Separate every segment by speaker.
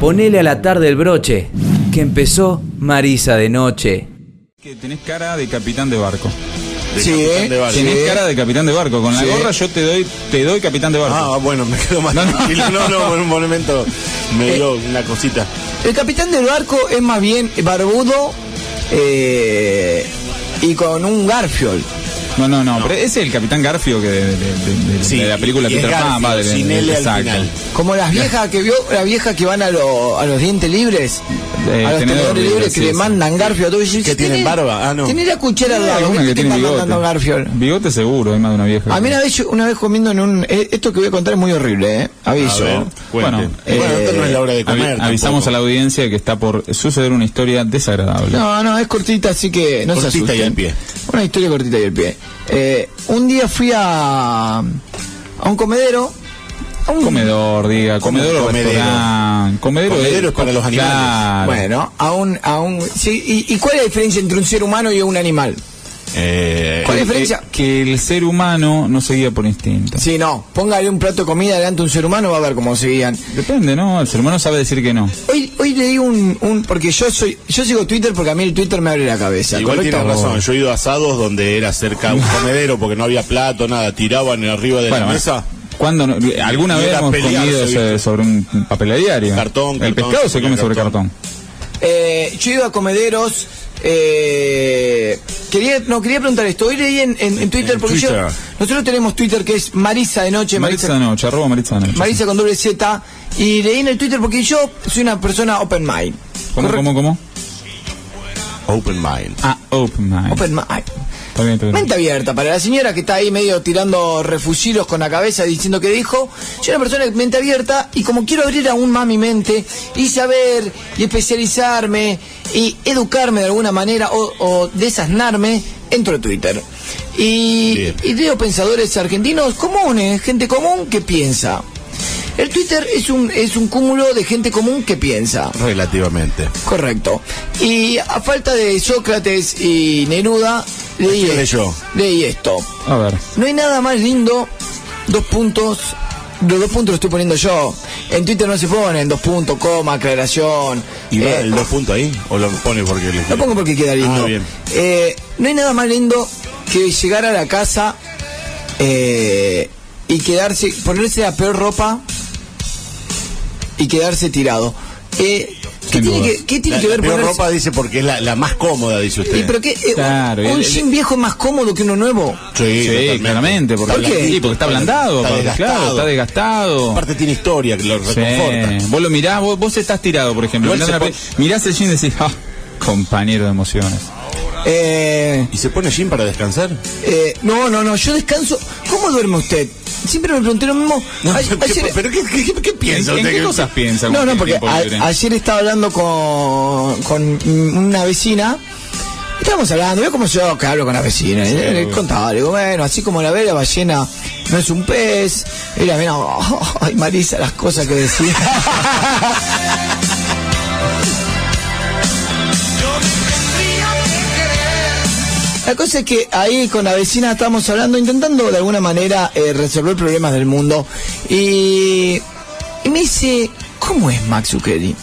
Speaker 1: Ponele a la tarde el broche, que empezó Marisa de noche.
Speaker 2: Que tenés cara de capitán de barco.
Speaker 3: de
Speaker 4: Sí,
Speaker 3: Capitán
Speaker 4: ¿eh?
Speaker 3: de Barco.
Speaker 2: Tenés cara de capitán de barco. Con la
Speaker 4: Sí.
Speaker 2: gorra yo te doy, te doy capitán de barco.
Speaker 4: Ah, bueno, me quedo más
Speaker 2: No, no.
Speaker 4: tranquilo. No, no, por un momento
Speaker 3: Me dio una cosita.
Speaker 4: El capitán del barco es más bien barbudo eh, y con un Garfield.
Speaker 2: No, no, no, pero ese es el Capitán Garfio que de, de- de- de-
Speaker 3: Sí,
Speaker 2: de la película
Speaker 3: y es
Speaker 2: Peter Pan,
Speaker 3: Garfio,
Speaker 2: va, de- de-
Speaker 3: sin
Speaker 2: de-
Speaker 3: L al
Speaker 2: exacto.
Speaker 3: final.
Speaker 4: Como las viejas que vio, las viejas que van a, lo- a los dientes libres,
Speaker 2: Eh,
Speaker 4: a
Speaker 2: tenedores
Speaker 4: los tenedores
Speaker 2: libres,
Speaker 4: libres
Speaker 2: sí,
Speaker 4: que le
Speaker 2: sí.
Speaker 4: mandan Garfield. Tú dices,
Speaker 3: Que tienen
Speaker 4: "Tenés-
Speaker 3: barba". Ah, no.
Speaker 4: Tenés la cuchara al
Speaker 2: Hay
Speaker 4: lado,
Speaker 2: alguna
Speaker 4: ¿qué
Speaker 2: que
Speaker 4: te
Speaker 2: tiene
Speaker 4: están
Speaker 2: bigote.
Speaker 4: mandando Garfield?
Speaker 2: Bigote seguro, hay más de una vieja.
Speaker 4: A mí una vez, yo- una vez comiendo en un... eh, Esto que voy a contar es muy horrible, ¿eh? Aviso.
Speaker 3: ver, cuente.
Speaker 2: Bueno, eh,
Speaker 3: Bueno, esto no es la hora de
Speaker 2: Avi-
Speaker 3: comer.
Speaker 2: avisamos
Speaker 3: tampoco.
Speaker 2: a la audiencia que está por suceder una historia desagradable.
Speaker 4: No, no, es cortita, así que no se
Speaker 3: Cortita y
Speaker 4: asusten.
Speaker 3: al pie.
Speaker 4: Una historia cortita y al pie. Eh, un día fui a, a un comedero. A un,
Speaker 2: Comedor, diga,
Speaker 3: ¿Cómo
Speaker 2: comedor o
Speaker 3: comedero?
Speaker 2: restaurante. Comedero,
Speaker 3: Comedero es para los animales.
Speaker 2: Claro.
Speaker 4: Bueno, a un... A un sí, y, y cuál es la diferencia entre un ser humano y un animal?
Speaker 3: Eh,
Speaker 4: ¿Cuál
Speaker 2: Eh,
Speaker 4: es la diferencia?
Speaker 2: Que el ser humano no se guía por instinto.
Speaker 4: Si no, póngale un plato de comida delante a un ser humano, va a ver cómo se guían.
Speaker 2: Depende, ¿no? El ser humano sabe decir que no.
Speaker 4: Hoy, hoy leí un, un... Porque yo soy yo sigo Twitter porque a mí el Twitter me abre la cabeza.
Speaker 3: Igual
Speaker 4: ¿correcto?
Speaker 3: tienes razón, yo he ido a asados donde era cerca un comedero porque no había plato, nada, tiraban arriba de
Speaker 2: Bueno, bueno.
Speaker 3: la mesa.
Speaker 2: ¿Cuándo no- ¿Alguna
Speaker 3: Y
Speaker 2: vez
Speaker 3: era
Speaker 2: hemos
Speaker 3: pelearse,
Speaker 2: comido
Speaker 3: ¿viste?
Speaker 2: eh, sobre un papel diario?
Speaker 3: Cartón,
Speaker 2: El
Speaker 3: cartón,
Speaker 2: pescado se come sobre cartón.
Speaker 4: Eh, yo iba a comederos. eh, quería, no, quería preguntar esto. Hoy leí en, en- en Twitter
Speaker 3: En
Speaker 4: porque
Speaker 3: Twitter.
Speaker 4: yo- nosotros tenemos Twitter que es Marisa de Noche,
Speaker 2: Maritza
Speaker 4: Marisa,
Speaker 2: de noche, arroba Maritza de noche.
Speaker 4: Marisa con doble Z. Y leí en el Twitter porque yo soy una persona open mind.
Speaker 2: ¿Cómo,
Speaker 4: Correcto.
Speaker 2: cómo, cómo?
Speaker 3: Open mind.
Speaker 2: Ah, open mind.
Speaker 4: Open mind.
Speaker 2: Está bien, está bien.
Speaker 4: Mente abierta. Para la señora que está ahí medio tirando refusilos con la cabeza diciendo que dijo, soy una persona de mente abierta y como quiero abrir aún más mi mente y saber y especializarme y educarme de alguna manera o, o desasnarme, entro a Twitter. Y,
Speaker 3: Bien.
Speaker 4: y veo pensadores argentinos comunes, gente común que piensa. El Twitter es un, es un cúmulo de gente común que piensa.
Speaker 3: Relativamente.
Speaker 4: Correcto. Y a falta de Sócrates y Neruda, leí,
Speaker 3: ¿Qué leyó?
Speaker 4: leí esto.
Speaker 2: A ver.
Speaker 4: No hay nada más lindo, dos puntos, los dos puntos los estoy poniendo yo. En Twitter no se ponen dos puntos, coma, aclaración.
Speaker 3: ¿Y va
Speaker 4: Eh,
Speaker 3: el dos puntos ahí? ¿O lo pone porque le
Speaker 4: lo pongo porque queda lindo.
Speaker 3: Ah, bien.
Speaker 4: Eh, no hay nada más lindo que llegar a la casa eh, y quedarse, ponerse la peor ropa y quedarse tirado. Eh, ¿Qué
Speaker 2: Sin
Speaker 4: tiene,
Speaker 2: duda.
Speaker 4: que, qué tiene
Speaker 3: La,
Speaker 4: que
Speaker 3: la
Speaker 4: ver
Speaker 3: peor
Speaker 4: ponerse-
Speaker 3: ropa dice porque es la, la más cómoda, dice usted.
Speaker 4: ¿Y pero qué? Eh,
Speaker 2: Claro,
Speaker 4: un
Speaker 2: el-
Speaker 4: jean viejo es más cómodo que uno nuevo.
Speaker 3: Sí, totalmente.
Speaker 2: claramente. Porque,
Speaker 4: ¿Por qué?
Speaker 2: Sí, porque está ablandado,
Speaker 3: Está
Speaker 2: porque,
Speaker 3: desgastado.
Speaker 2: claro, está desgastado.
Speaker 3: Aparte tiene historia que lo reconforta.
Speaker 2: Sí. Vos lo mirás, vos, vos estás tirado, por ejemplo.
Speaker 3: Igual
Speaker 2: Mirás,
Speaker 3: se
Speaker 2: una pe- mirás el jean y decís, ah, compañero de emociones.
Speaker 4: Eh,
Speaker 3: ¿Y se pone jean para descansar?
Speaker 4: eh, no, no, no, yo descanso. ¿Cómo duerme usted? Siempre me pregunté lo mismo. A-
Speaker 3: ¿Qué-
Speaker 4: ayer-
Speaker 3: ¿Pero qué, qué- qué- qué piensa
Speaker 2: ¿En, en
Speaker 3: usted?
Speaker 2: qué cosas piensa?
Speaker 4: no,
Speaker 2: con
Speaker 4: no,
Speaker 2: el
Speaker 4: porque
Speaker 2: tiempo
Speaker 4: a-
Speaker 2: libre?
Speaker 4: ayer estaba hablando con, con una vecina. Estábamos hablando, veo cómo yo que hablo con la vecina. y le- le contaba, le digo, bueno, así como la ve la ballena no es un pez. Y la vena, ay Marisa, las cosas que decía. La cosa es que ahí con la vecina estamos hablando, intentando de alguna manera eh, resolver problemas del mundo. Y, y me dice, ¿cómo es Max Zuccheri?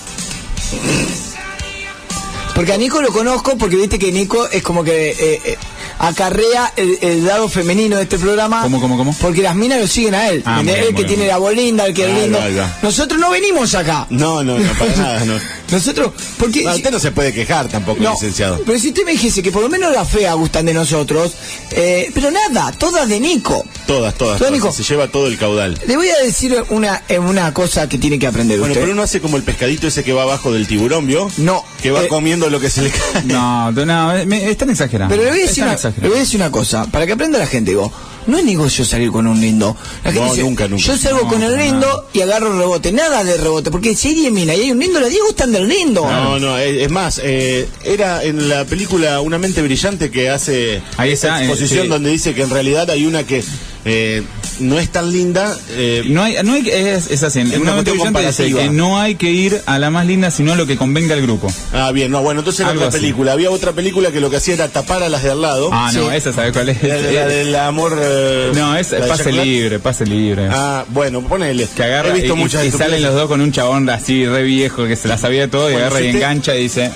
Speaker 4: Porque a Nico lo conozco porque viste que Nico es como que eh, eh, acarrea el, el lado femenino de este programa.
Speaker 2: ¿Cómo, cómo, cómo?
Speaker 4: Porque las minas lo siguen a él.
Speaker 2: Ah, muy
Speaker 4: ¿entendés?
Speaker 2: bien,
Speaker 4: el que
Speaker 2: muy bien,
Speaker 4: tiene
Speaker 2: muy
Speaker 4: la bolinda, el que
Speaker 3: Claro,
Speaker 4: es lindo.
Speaker 3: ahí va.
Speaker 4: Nosotros no venimos acá.
Speaker 3: No, no, no, para nada. No.
Speaker 4: Nosotros, porque...
Speaker 3: No, usted no se puede quejar tampoco,
Speaker 4: No,
Speaker 3: licenciado.
Speaker 4: Pero si usted me dijese que por lo menos las feas gustan de nosotros, eh, pero nada, todas de Nico.
Speaker 3: Todas, todas.
Speaker 4: Todo,
Speaker 3: todas.
Speaker 4: Nico.
Speaker 3: Se lleva todo el caudal.
Speaker 4: Le voy a decir una, eh, una cosa que tiene que aprender
Speaker 3: Bueno,
Speaker 4: usted.
Speaker 3: pero uno hace como el pescadito ese que va abajo del tiburón, ¿vio?
Speaker 4: No.
Speaker 3: Que va
Speaker 4: Eh,
Speaker 3: comiendo lo que se le cae.
Speaker 2: No, de- no, me- están exagerando.
Speaker 4: Pero le voy, a decir
Speaker 2: Están
Speaker 4: una,
Speaker 2: exagerando.
Speaker 4: le voy a decir una cosa, para que aprenda la gente, digo, no es negocio salir con un lindo. La gente
Speaker 3: No,
Speaker 4: dice,
Speaker 3: nunca, nunca.
Speaker 4: Yo salgo
Speaker 2: No,
Speaker 4: con el
Speaker 2: para
Speaker 4: lindo
Speaker 2: nada.
Speaker 4: y agarro el rebote, nada de rebote, porque si hay 10 minas y hay un lindo, las 10 gustan del lindo.
Speaker 3: No, no, es, es más, eh, era en la película Una mente brillante que hace
Speaker 2: Ahí está,
Speaker 3: esa exposición
Speaker 2: eh, sí.
Speaker 3: donde dice que en realidad hay una que eh, no es tan linda. eh,
Speaker 2: No hay, no hay, es, es así, en
Speaker 3: una
Speaker 2: una
Speaker 3: cuestión
Speaker 2: televisión te dice
Speaker 3: comparativa.
Speaker 2: que no hay que ir a la más linda, sino a lo que convenga al grupo.
Speaker 3: Ah, bien, no, bueno, entonces era
Speaker 2: Algo
Speaker 3: otra
Speaker 2: así.
Speaker 3: película. Había otra película que lo que hacía era tapar a las de al lado.
Speaker 2: Ah, no,
Speaker 4: Sí.
Speaker 2: esa sabes cuál es.
Speaker 3: Oh, La, la del amor. eh,
Speaker 2: no, es
Speaker 3: la de
Speaker 2: pase
Speaker 3: Jack
Speaker 2: libre, pase libre.
Speaker 3: Black. Ah, bueno, ponele.
Speaker 2: Que agarra
Speaker 3: He visto
Speaker 2: y,
Speaker 3: muchas
Speaker 2: y salen los
Speaker 3: estupideces.
Speaker 2: dos con un chabón así re viejo que se la sabía todo y
Speaker 3: Bueno,
Speaker 2: agarra
Speaker 3: si
Speaker 2: y
Speaker 3: usted-
Speaker 2: engancha y dice,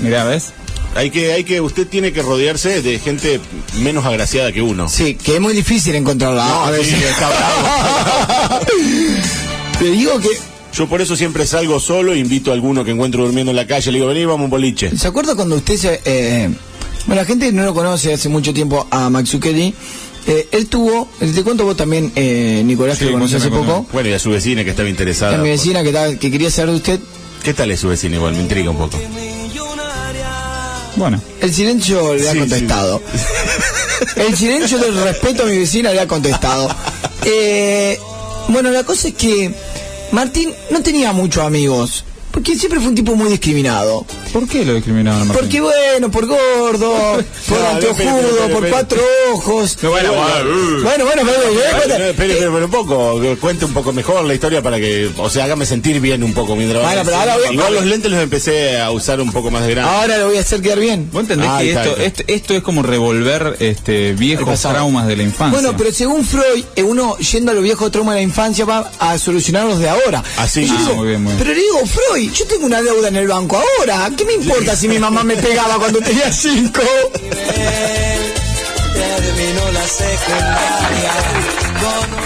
Speaker 2: mira, ¿ves?
Speaker 3: Hay que, hay que, usted tiene que rodearse de gente menos agraciada que uno.
Speaker 4: Sí, que es muy difícil encontrarla.
Speaker 3: No,
Speaker 4: a veces.
Speaker 3: sí, está bravo.
Speaker 4: Te digo que.
Speaker 3: Yo por eso siempre salgo solo, invito a alguno que encuentro durmiendo en la calle, le digo, vení, vamos a un boliche.
Speaker 4: ¿Se acuerda cuando usted se. eh, bueno, la gente no lo conoce hace mucho tiempo a Max Zucchelli. Eh, él tuvo. Te cuento vos también, eh, Nicolás,
Speaker 2: Sí,
Speaker 4: que lo conocí hace
Speaker 2: contame,
Speaker 4: poco.
Speaker 3: Bueno, y a su vecina que estaba interesada.
Speaker 4: A mi vecina que, estaba- que quería saber de usted.
Speaker 3: ¿Qué tal es su vecina igual? Me intriga un poco.
Speaker 2: Bueno,
Speaker 4: El silencio le ha
Speaker 3: Sí,
Speaker 4: contestado. El silencio del respeto a mi vecina le ha contestado. Eh, bueno, la cosa es que Martín no tenía muchos amigos. Porque siempre fue un tipo muy discriminado.
Speaker 2: ¿por qué lo discriminaban? a Martín?
Speaker 4: Porque bueno, por gordo, por
Speaker 3: No, no, espere, espere,
Speaker 4: anteojudo, por
Speaker 3: espere.
Speaker 4: cuatro ojos.
Speaker 2: No, bueno, bueno,
Speaker 4: Bueno, bueno, ¿eh? pero, pero,
Speaker 3: Ay,
Speaker 4: pero-
Speaker 3: no, eh, espere, espere, espere un poco, que cuente un poco mejor la historia para que, o sea, hágame sentir bien un poco mientras
Speaker 4: Bueno, pero ahora voy- Ah.
Speaker 3: Igual los lentes los empecé a usar un poco más de grande.
Speaker 4: ahora lo voy a hacer quedar bien.
Speaker 2: Vos entendés
Speaker 3: Ah,
Speaker 2: que
Speaker 3: está,
Speaker 2: esto,
Speaker 3: está.
Speaker 2: esto, esto es como revolver este,
Speaker 4: El
Speaker 2: viejos
Speaker 4: pasado.
Speaker 2: traumas de la infancia.
Speaker 4: Bueno, pero según Freud, eh, uno yendo a los viejos traumas de la infancia va a solucionar los de ahora.
Speaker 3: Así.
Speaker 4: Y yo
Speaker 3: Ah,
Speaker 4: digo,
Speaker 2: muy bien, muy bien.
Speaker 4: Pero le digo, Freud, yo tengo una deuda en el banco ahora. ¿Qué me importa si mi mamá me pegaba cuando tenía cinco?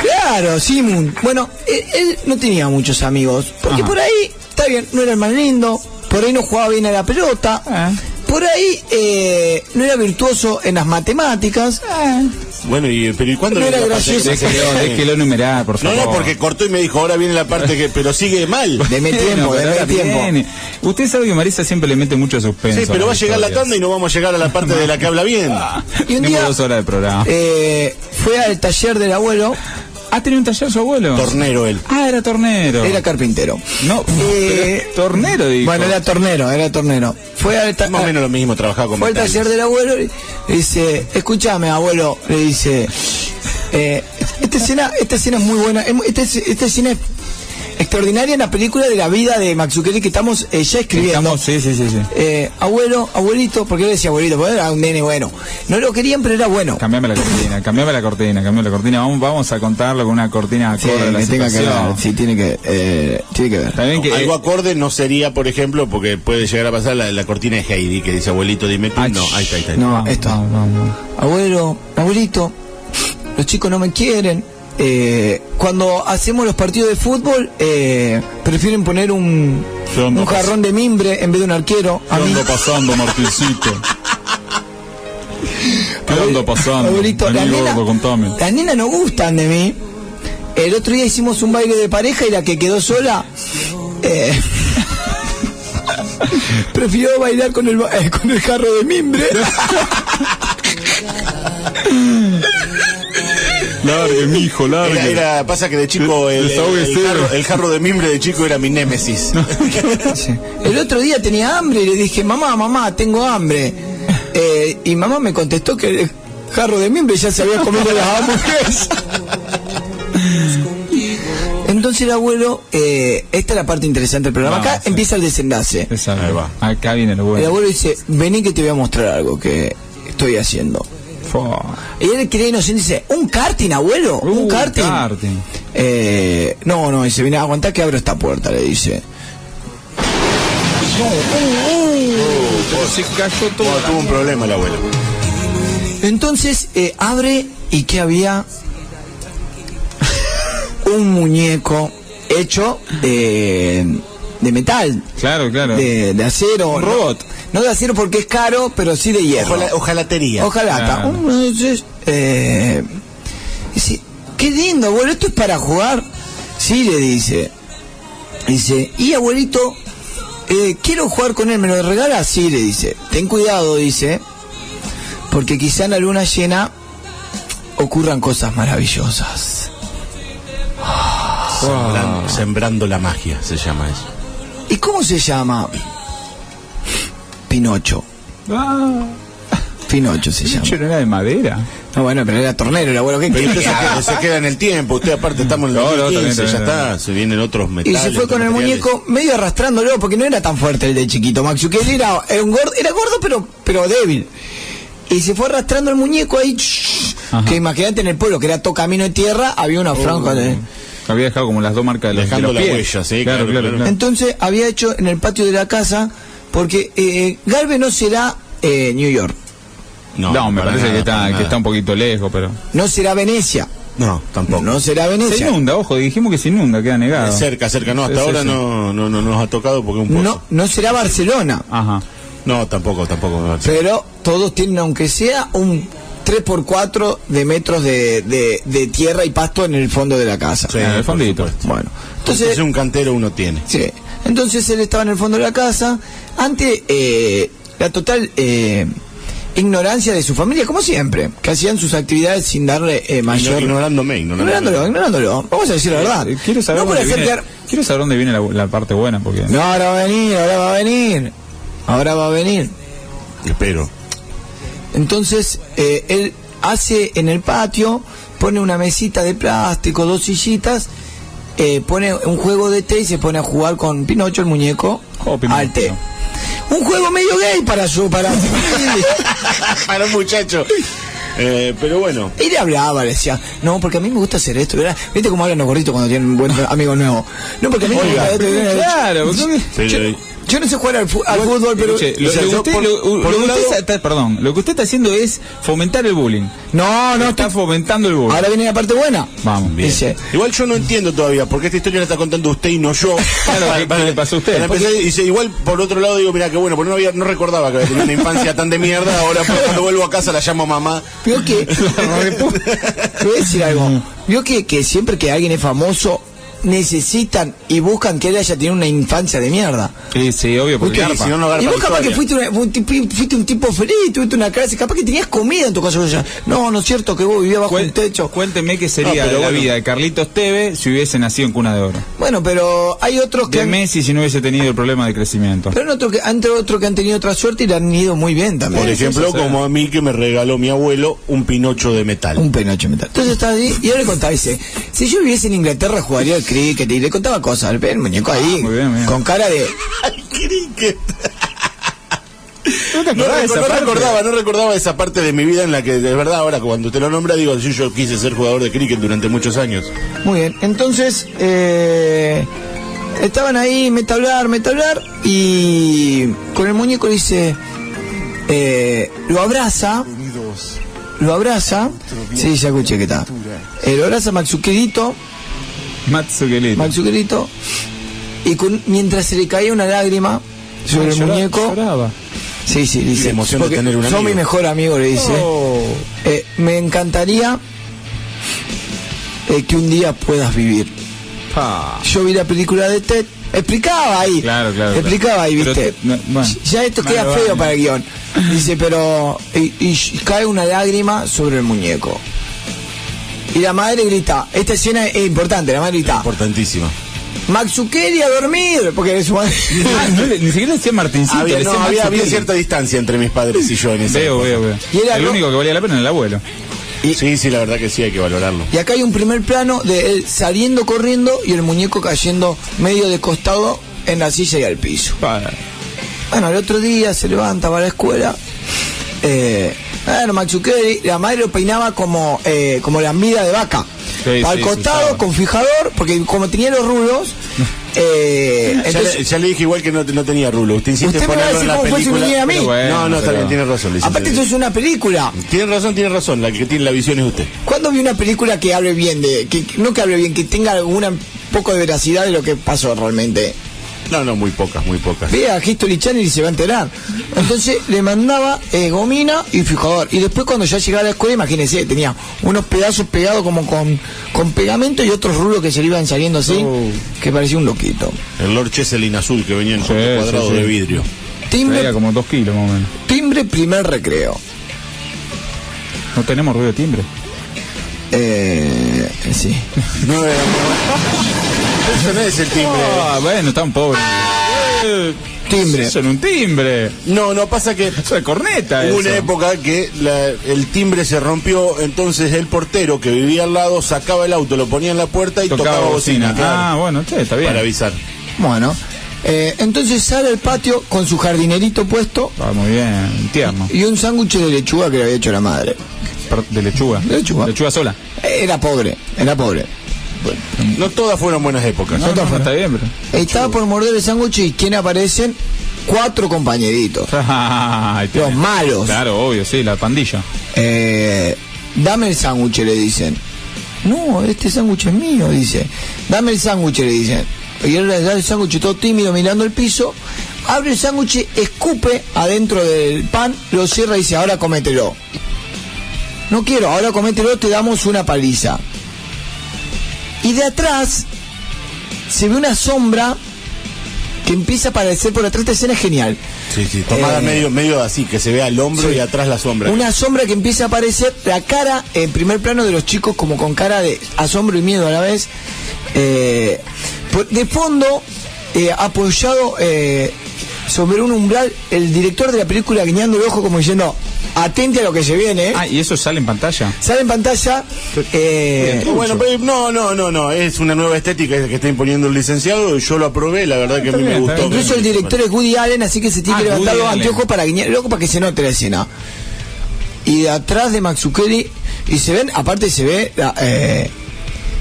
Speaker 4: Claro, Simon. Bueno, él, él no tenía muchos amigos. Porque
Speaker 2: Ajá.
Speaker 4: por ahí, está bien, no era el más lindo. Por ahí no jugaba bien a la pelota.
Speaker 2: Ah.
Speaker 4: Por ahí eh, no era virtuoso en las matemáticas.
Speaker 2: Ah.
Speaker 3: Bueno, y, pero ¿y cuándo
Speaker 4: No
Speaker 3: viene
Speaker 4: era
Speaker 3: la parte
Speaker 4: gracioso.
Speaker 3: que-
Speaker 2: Déjelo, déjelo numerar, por
Speaker 3: No,
Speaker 2: favor.
Speaker 3: no, porque cortó y me dijo, ahora viene la parte que, pero sigue mal.
Speaker 4: Deme
Speaker 2: Bueno,
Speaker 4: tiempo,
Speaker 2: pero
Speaker 4: deme
Speaker 2: ahora
Speaker 4: tiempo.
Speaker 2: viene. Usted sabe que Marisa siempre le mete mucho suspenso.
Speaker 3: Sí, pero va a
Speaker 2: las
Speaker 3: llegar la
Speaker 2: historias.
Speaker 3: tanda y no vamos a llegar a la parte de la que habla bien.
Speaker 4: Y un
Speaker 2: Tenemos
Speaker 4: día-
Speaker 2: dos horas de programa.
Speaker 4: Eh, fue al taller del abuelo,
Speaker 2: ¿Ha tenido un taller su abuelo?
Speaker 3: Tornero él.
Speaker 2: ah, era tornero.
Speaker 4: era carpintero.
Speaker 2: No,
Speaker 4: Eh,
Speaker 2: pero tornero, dijo.
Speaker 4: Bueno, era tornero, era tornero. Fue al, ta-
Speaker 3: Más o menos lo mismo trabajaba con
Speaker 4: fue al
Speaker 3: metales.
Speaker 4: taller del abuelo, le dice, escúchame abuelo, le dice, eh, esta escena, esta escena es muy buena, es mu- esta, es- esta escena es extraordinaria en la película de la vida de Max Zuccheri que estamos eh, ya escribiendo.
Speaker 2: Estamos, sí, sí, sí, sí.
Speaker 4: Eh, abuelo, abuelito, porque él decía abuelito, porque era un nene bueno. No lo querían, pero era bueno.
Speaker 2: Cambiame la cortina, cambiame la cortina, cambiame la cortina. Vamos, vamos a contarlo con una cortina
Speaker 4: Sí,
Speaker 2: acorde a la
Speaker 4: que tenga que
Speaker 2: situación.
Speaker 4: ver, sí, tiene que, eh, tiene que ver.
Speaker 2: También que,
Speaker 3: Algo acorde no sería, por ejemplo, porque puede llegar a pasar la, la cortina de Heidi que dice abuelito, dime tú.
Speaker 2: Ah,
Speaker 3: no,
Speaker 2: sh-
Speaker 3: ahí está, ahí está. ahí
Speaker 4: no,
Speaker 2: Vamos,
Speaker 4: esto.
Speaker 2: vamos, vamos.
Speaker 4: Abuelo, abuelito, los chicos no me quieren. Eh, cuando hacemos los partidos de fútbol, eh, prefieren poner un,
Speaker 2: Son
Speaker 4: un
Speaker 2: dos.
Speaker 4: jarrón de mimbre en vez de un arquero. A
Speaker 2: ¿Qué
Speaker 4: mí,
Speaker 2: onda pasando, Martincito? ¿Qué onda pasando?
Speaker 4: abuelito, las
Speaker 2: Vení,
Speaker 4: nenas
Speaker 2: gordo, contame.
Speaker 4: las nenas no gustan de mí. El otro día hicimos un baile de pareja y la que quedó sola eh, prefirió bailar con el, ba- eh, con el jarro de mimbre.
Speaker 2: Largue, mijo, largue.
Speaker 3: Era, era- pasa que de chico el, el- el
Speaker 2: Desahógese.
Speaker 3: jarro, el jarro de mimbre de chico era mi némesis.
Speaker 4: Sí. El otro día tenía hambre y le dije, mamá, mamá, tengo hambre. Eh, y mamá me contestó que el jarro de mimbre ya se había comido las hamburguesas. Entonces el abuelo, eh, esta es la parte interesante del programa.
Speaker 2: Vamos,
Speaker 4: Acá
Speaker 2: sí.
Speaker 4: empieza el desenlace.
Speaker 2: Exacto.
Speaker 3: Ahí va.
Speaker 2: Acá viene lo
Speaker 4: El
Speaker 2: bueno.
Speaker 4: abuelo dice, vení que te voy a mostrar algo que estoy haciendo.
Speaker 2: Fua.
Speaker 4: Y él creía inocente y dice, ¿un karting, abuelo? ¿Un
Speaker 2: Uh,
Speaker 4: karting?
Speaker 2: karting.
Speaker 4: Eh, no, no, dice, vení, aguantá que abro esta puerta, le dice.
Speaker 3: Oh,
Speaker 2: Se cayó todo.
Speaker 3: No, tuvo un problema el abuelo.
Speaker 4: Entonces eh, abre y que había un muñeco hecho de, de metal,
Speaker 2: Claro, claro.
Speaker 4: de, de acero.
Speaker 2: Un robot.
Speaker 4: No, no de acero porque es caro, pero sí de hierro.
Speaker 3: Ojalá, ojalatería.
Speaker 4: Ojalá.
Speaker 2: Claro.
Speaker 4: está. Entonces, eh, dice, qué lindo, abuelo, esto es para jugar. Sí, le dice. Dice, y abuelito, eh, quiero jugar con él, ¿me lo regala? Sí, le dice. Ten cuidado, dice, porque quizá en la luna llena ocurran cosas maravillosas.
Speaker 3: Sembran- sembrando la magia se llama eso.
Speaker 4: ¿Y cómo se llama? Pinocho.
Speaker 2: Ah.
Speaker 4: Pinocho se llama.
Speaker 2: Pinocho no era de madera.
Speaker 4: No, bueno, pero era tornero, era bueno. ¿qué
Speaker 3: Pero usted
Speaker 4: quería?
Speaker 3: se queda, se queda en el tiempo, usted aparte estamos en el
Speaker 2: No, no,
Speaker 3: 2015,
Speaker 2: también,
Speaker 3: ya
Speaker 2: también,
Speaker 3: está,
Speaker 2: también.
Speaker 3: se vienen otros
Speaker 4: Y
Speaker 3: metales.
Speaker 4: se fue con el
Speaker 3: otros materiales.
Speaker 4: muñeco medio arrastrándolo porque no era tan fuerte el de chiquito, Maxu, que él era, era un gordo, era gordo pero, pero débil. Y se fue arrastrando el muñeco ahí, shhh,
Speaker 2: Ajá.
Speaker 4: que imagínate en el pueblo, que era todo camino de tierra, había una franja de...
Speaker 2: Había dejado como las dos marcas de los,
Speaker 3: Dejando
Speaker 2: de los
Speaker 3: la
Speaker 2: pies.
Speaker 3: huella, sí,
Speaker 2: Claro,
Speaker 3: claro,
Speaker 2: claro.
Speaker 3: claro.
Speaker 2: claro.
Speaker 4: Entonces había hecho en el patio de la casa, porque eh, Galve no será eh, New York,
Speaker 3: No,
Speaker 2: No, me
Speaker 3: para
Speaker 2: parece
Speaker 3: nada,
Speaker 2: que,
Speaker 3: para
Speaker 2: está, que
Speaker 3: nada.
Speaker 2: está un poquito lejos, pero...
Speaker 4: no será Venecia,
Speaker 3: No, tampoco.
Speaker 4: no será
Speaker 2: Se
Speaker 4: Venecia.
Speaker 2: inunda, ojo, dijimos que se inunda, queda negado.
Speaker 3: Cerca, cerca, no, hasta
Speaker 2: Sí, sí,
Speaker 3: ahora
Speaker 2: sí.
Speaker 3: No, no, no nos ha tocado porque es un
Speaker 4: No,
Speaker 3: pozo.
Speaker 4: no será Barcelona,
Speaker 2: Ajá.
Speaker 3: No, tampoco, tampoco. me parece.
Speaker 4: pero todos tienen, aunque sea un 3x4 de metros de, de- de tierra y pasto en el fondo de la casa.
Speaker 3: Sí,
Speaker 2: en el
Speaker 3: por
Speaker 2: fondito.
Speaker 3: supuesto.
Speaker 4: Bueno,
Speaker 3: Entonces,
Speaker 4: entonces,
Speaker 3: un cantero uno tiene.
Speaker 4: sí. entonces él estaba en el fondo de la casa ante eh, la total eh, ignorancia de su familia, como siempre, que hacían sus actividades sin darle eh, mayor...
Speaker 3: Ignorándome, ignorándome.
Speaker 4: ignorándolo, ignorándolo, vamos a decir la verdad.
Speaker 2: Eh, Quiero saber,
Speaker 4: no por
Speaker 2: dónde,
Speaker 4: hacer
Speaker 2: viene,
Speaker 4: quedar-
Speaker 2: quiero saber dónde viene la, la parte buena, porque...
Speaker 4: No, ahora va a venir, ahora va a venir, ahora va a venir.
Speaker 3: Espero.
Speaker 4: Entonces, eh, él hace en el patio, pone una mesita de plástico, dos sillitas, eh, pone un juego de té y se pone a jugar con Pinocho, el muñeco,
Speaker 2: Oh, Pinocho.
Speaker 4: al té. Un juego medio gay para su... Para...
Speaker 3: Para un muchacho. Eh, pero bueno,
Speaker 4: y le hablaba, le decía, no, porque a mí me gusta hacer esto, ¿verdad? ¿Viste cómo hablan los gorditos cuando tienen un buen amigo nuevo? No, porque a mí me
Speaker 3: Oiga,
Speaker 4: gusta esto, ¿verdad?
Speaker 2: Claro, porque-
Speaker 4: Yo,
Speaker 3: pero-
Speaker 4: yo no sé jugar al, fu- al fútbol, pero...
Speaker 2: Escuche, lo,
Speaker 4: o sea,
Speaker 2: lo que
Speaker 4: yo
Speaker 2: usted,
Speaker 4: por-
Speaker 2: lo-
Speaker 4: por
Speaker 2: lo
Speaker 4: un
Speaker 2: que usted
Speaker 4: lado-
Speaker 2: está- está- perdón, lo que usted está haciendo es fomentar el bullying.
Speaker 4: No, no,
Speaker 2: Está
Speaker 4: estoy-
Speaker 2: fomentando el bullying.
Speaker 4: ahora viene la parte buena.
Speaker 2: Vamos, bien.
Speaker 4: Dice,
Speaker 3: Igual yo no entiendo todavía por qué esta historia la está contando usted y no yo.
Speaker 2: Claro, ¿qué- qué le pasó a usted?
Speaker 3: para empezar, dice, igual por otro lado digo, mira, que bueno, porque no, había, no recordaba que había tenido una infancia tan de mierda. Ahora pues, cuando vuelvo a casa la llamo mamá.
Speaker 4: Vio que. Te voy a decir algo. Vio que, que siempre que alguien es famoso, necesitan y buscan que él haya tenido una infancia de mierda.
Speaker 2: Sí, sí, obvio, porque
Speaker 3: Usted,
Speaker 2: garpa.
Speaker 3: si no, no garpa
Speaker 4: y
Speaker 3: la
Speaker 4: vos capaz
Speaker 3: historia.
Speaker 4: que fuiste, una- un tipi- fuiste un tipo feliz, tuviste una clase, capaz que tenías comida en tu casa. O sea, No, no es cierto que vos vivías bajo
Speaker 2: Cuen-
Speaker 4: un techo.
Speaker 2: Cuénteme qué sería
Speaker 3: Ah, pero
Speaker 2: la
Speaker 3: bueno.
Speaker 2: vida de Carlitos Teve si hubiese nacido en cuna de oro.
Speaker 4: Bueno, pero hay otros que
Speaker 2: De
Speaker 4: han-
Speaker 2: Messi si no hubiese tenido el problema de crecimiento.
Speaker 4: pero hay otros que, entre otros que han tenido otra suerte y le han ido muy bien también.
Speaker 3: Por ejemplo,
Speaker 2: sí, sí.
Speaker 3: como a mí que me regaló mi abuelo un pinocho de metal.
Speaker 4: Un penacho metal. Entonces estaba ahí y él le contaba, dice, si yo viviese en Inglaterra jugaría al cricket y le contaba cosas, el, el muñeco ahí,
Speaker 2: Ah, muy bien, muy bien.
Speaker 4: con cara de,
Speaker 3: Cricket.
Speaker 2: ¿No te
Speaker 3: No,
Speaker 2: acordás de esa
Speaker 3: recor- no
Speaker 2: parte?
Speaker 3: recordaba, no recordaba esa parte de mi vida en la que, de verdad, ahora cuando te lo nombra, digo, sí, yo quise ser jugador de cricket durante muchos años.
Speaker 4: Muy bien, entonces eh, estaban ahí, meta hablar, meta hablar, y con el muñeco le dice, eh, lo abraza, lo abraza, sí, ya escuché que está, Eh, lo abraza Matsuquerito,
Speaker 2: Matsukelito.
Speaker 4: Matsuquerito, y con- mientras se le caía una lágrima
Speaker 2: Ah,
Speaker 4: sobre el
Speaker 2: llora-
Speaker 4: muñeco,
Speaker 2: lloraba.
Speaker 4: sí, sí, dice,
Speaker 3: emoción de
Speaker 4: porque
Speaker 3: tener un
Speaker 4: son
Speaker 3: amigo".
Speaker 4: mi mejor amigo, le dice,
Speaker 2: Oh.
Speaker 4: Eh, me encantaría eh, que un día puedas vivir.
Speaker 2: Pa.
Speaker 4: Yo vi la película de Ted. Explicaba ahí.
Speaker 2: Claro, claro, claro.
Speaker 4: Explicaba ahí,
Speaker 2: Pero
Speaker 4: viste.
Speaker 2: Ted, no, bueno.
Speaker 4: Ya esto
Speaker 2: Vale,
Speaker 4: queda
Speaker 2: vale.
Speaker 4: feo para el guión. Dice, pero. Y, y cae una lágrima sobre el muñeco. Y la madre grita. Esta escena es importante. La madre grita:
Speaker 3: Importantísimo.
Speaker 4: Maxukeli a dormir. Porque es su madre.
Speaker 2: Ah, no le- ni siquiera decía Martincito,
Speaker 3: había,
Speaker 2: le
Speaker 3: no,
Speaker 2: decía
Speaker 3: había- había
Speaker 2: Matsukelito.
Speaker 3: cierta distancia entre mis padres y yo en ese
Speaker 2: Veo, veo, veo.
Speaker 4: Y era
Speaker 2: el
Speaker 4: lo-
Speaker 2: único que valía la pena era el abuelo.
Speaker 3: Sí, sí, la verdad que sí, hay que valorarlo.
Speaker 4: Y acá hay un primer plano de él saliendo corriendo y el muñeco cayendo medio de costado en la silla y al piso.
Speaker 2: Pa.
Speaker 4: Bueno, el otro día se levanta, va a la escuela. Eh, bueno, Machuqueri, la madre lo peinaba como, eh, como la mida de vaca.
Speaker 2: Sí,
Speaker 4: al
Speaker 2: sí,
Speaker 4: costado,
Speaker 2: sí,
Speaker 4: con fijador, porque como tenía los rulos, eh,
Speaker 3: Ya
Speaker 4: entonces-
Speaker 3: le, ya le dije igual que no, no tenía rulo. Usted insiste
Speaker 4: Usted
Speaker 3: en
Speaker 4: me va a
Speaker 3: ponerlo
Speaker 4: decir
Speaker 3: en la
Speaker 4: cómo fue su
Speaker 3: película.
Speaker 4: niñez a mí.
Speaker 3: Pero bueno, no, no, está
Speaker 2: pero-
Speaker 3: bien, tiene razón. le
Speaker 4: aparte
Speaker 3: insiste.
Speaker 4: esto es una película.
Speaker 3: Tiene razón, tiene razón. La que tiene la visión es usted.
Speaker 4: ¿Cuándo vi una película que hable bien de, que no que hable bien, que tenga alguna poco de veracidad de lo que pasó realmente?
Speaker 3: No, no, muy pocas, muy pocas.
Speaker 4: Ve a History Channel y se va a enterar. Entonces le mandaba eh, gomina y fijador. Y después cuando ya llegaba a la escuela, imagínense, tenía unos pedazos pegados como con, con pegamento y otros rulos que se le iban saliendo así,
Speaker 2: Oh.
Speaker 4: que parecía un loquito.
Speaker 3: El Lord Cheselin azul que venía en
Speaker 2: Sí,
Speaker 3: cuatro cuadrados
Speaker 2: sí, sí.
Speaker 3: de vidrio.
Speaker 4: Timbre,
Speaker 2: Traía como dos kilos más o menos.
Speaker 4: timbre primer recreo.
Speaker 2: No tenemos ruido de timbre.
Speaker 4: Eh, sí.
Speaker 3: No, era- Eso no es el timbre. Eh,
Speaker 2: Ah, bueno, tan pobre.
Speaker 4: Timbre.
Speaker 2: Eso era un timbre.
Speaker 3: No, no, pasa que
Speaker 2: Eso era corneta. eso.
Speaker 3: Hubo una época que la- el timbre se rompió, entonces el portero que vivía al lado sacaba el auto, lo ponía en la puerta y tocaba, bocina, claro,
Speaker 2: Ah, bueno, che, está bien.
Speaker 3: para avisar.
Speaker 4: Bueno, eh, entonces sale al patio con su jardinerito puesto
Speaker 2: Está Ah, muy bien, tierno.
Speaker 4: y un sándwich de lechuga que le había hecho la madre.
Speaker 2: Per- De lechuga.
Speaker 4: De lechuga.
Speaker 2: Lechuga sola.
Speaker 4: Era pobre, era pobre.
Speaker 3: No todas fueron buenas épocas.
Speaker 2: No, no, está bien, pero.
Speaker 4: Estaba por morder el sándwich y ¿quién aparecen? Cuatro compañeritos.
Speaker 2: Ahí
Speaker 4: Los
Speaker 2: tenés.
Speaker 4: malos.
Speaker 2: Claro, obvio, sí, la pandilla.
Speaker 4: Eh, dame el sándwich, le dicen. No, este sándwich es mío, dice. Dame el sándwich, le dicen. Y él le da el sándwich todo tímido mirando el piso. Abre el sándwich, escupe adentro del pan, lo cierra y dice, ahora comételo. No quiero, ahora comételo, te damos una paliza. Y de atrás se ve una sombra que empieza a aparecer por atrás. Esta escena es genial.
Speaker 3: Sí, sí, tomada
Speaker 4: Eh,
Speaker 3: medio, medio así, que se vea el hombro
Speaker 4: Sí.
Speaker 3: y atrás la sombra.
Speaker 4: Una sombra que empieza a aparecer, la cara en primer plano de los chicos como con cara de asombro y miedo a la vez. Eh, por- de fondo, eh, apoyado eh, sobre un umbral, el director de la película guiñando el ojo como diciendo, atente a lo que se viene. ¿eh".
Speaker 2: Ah, y eso sale en pantalla.
Speaker 4: Sale en pantalla. eh,
Speaker 3: Eh, bueno, pero no, no, no, no, es una nueva estética que está imponiendo el licenciado y yo lo aprobé, la
Speaker 4: Ah,
Speaker 3: verdad que a
Speaker 2: está
Speaker 3: mí me
Speaker 2: bien,
Speaker 3: gustó.
Speaker 2: está bien.
Speaker 4: incluso el director es Woody Allen, así que se tiene
Speaker 2: Ah,
Speaker 4: que levantar
Speaker 2: Woody
Speaker 4: los
Speaker 2: Allen.
Speaker 4: anteojos para guiñar el ojo para que se note la escena. y de atrás de Max Zucchelli, y se ven, aparte se ve la, eh,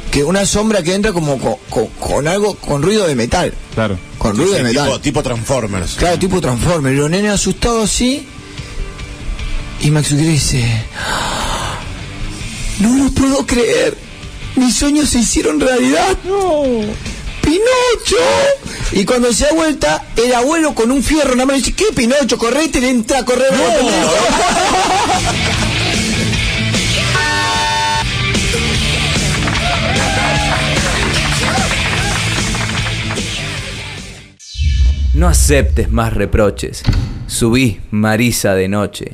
Speaker 4: que una sombra que entra como co- co- con, algo, con ruido de metal,
Speaker 2: Claro.
Speaker 4: con
Speaker 3: Sí,
Speaker 4: ruido de
Speaker 3: sí,
Speaker 4: metal.
Speaker 3: tipo, tipo Transformers.
Speaker 4: Claro, tipo Transformer, los nenes asustados así, y Max Zucchelli dice, "Ah, no lo puedo creer, mis sueños se hicieron realidad. ¡Pinocho! Y cuando se da vuelta, el abuelo con un fierro en la mano dice, ¿qué Pinocho? Correte, le entra a correr.
Speaker 1: No aceptes más reproches. Subí, Marisa de noche.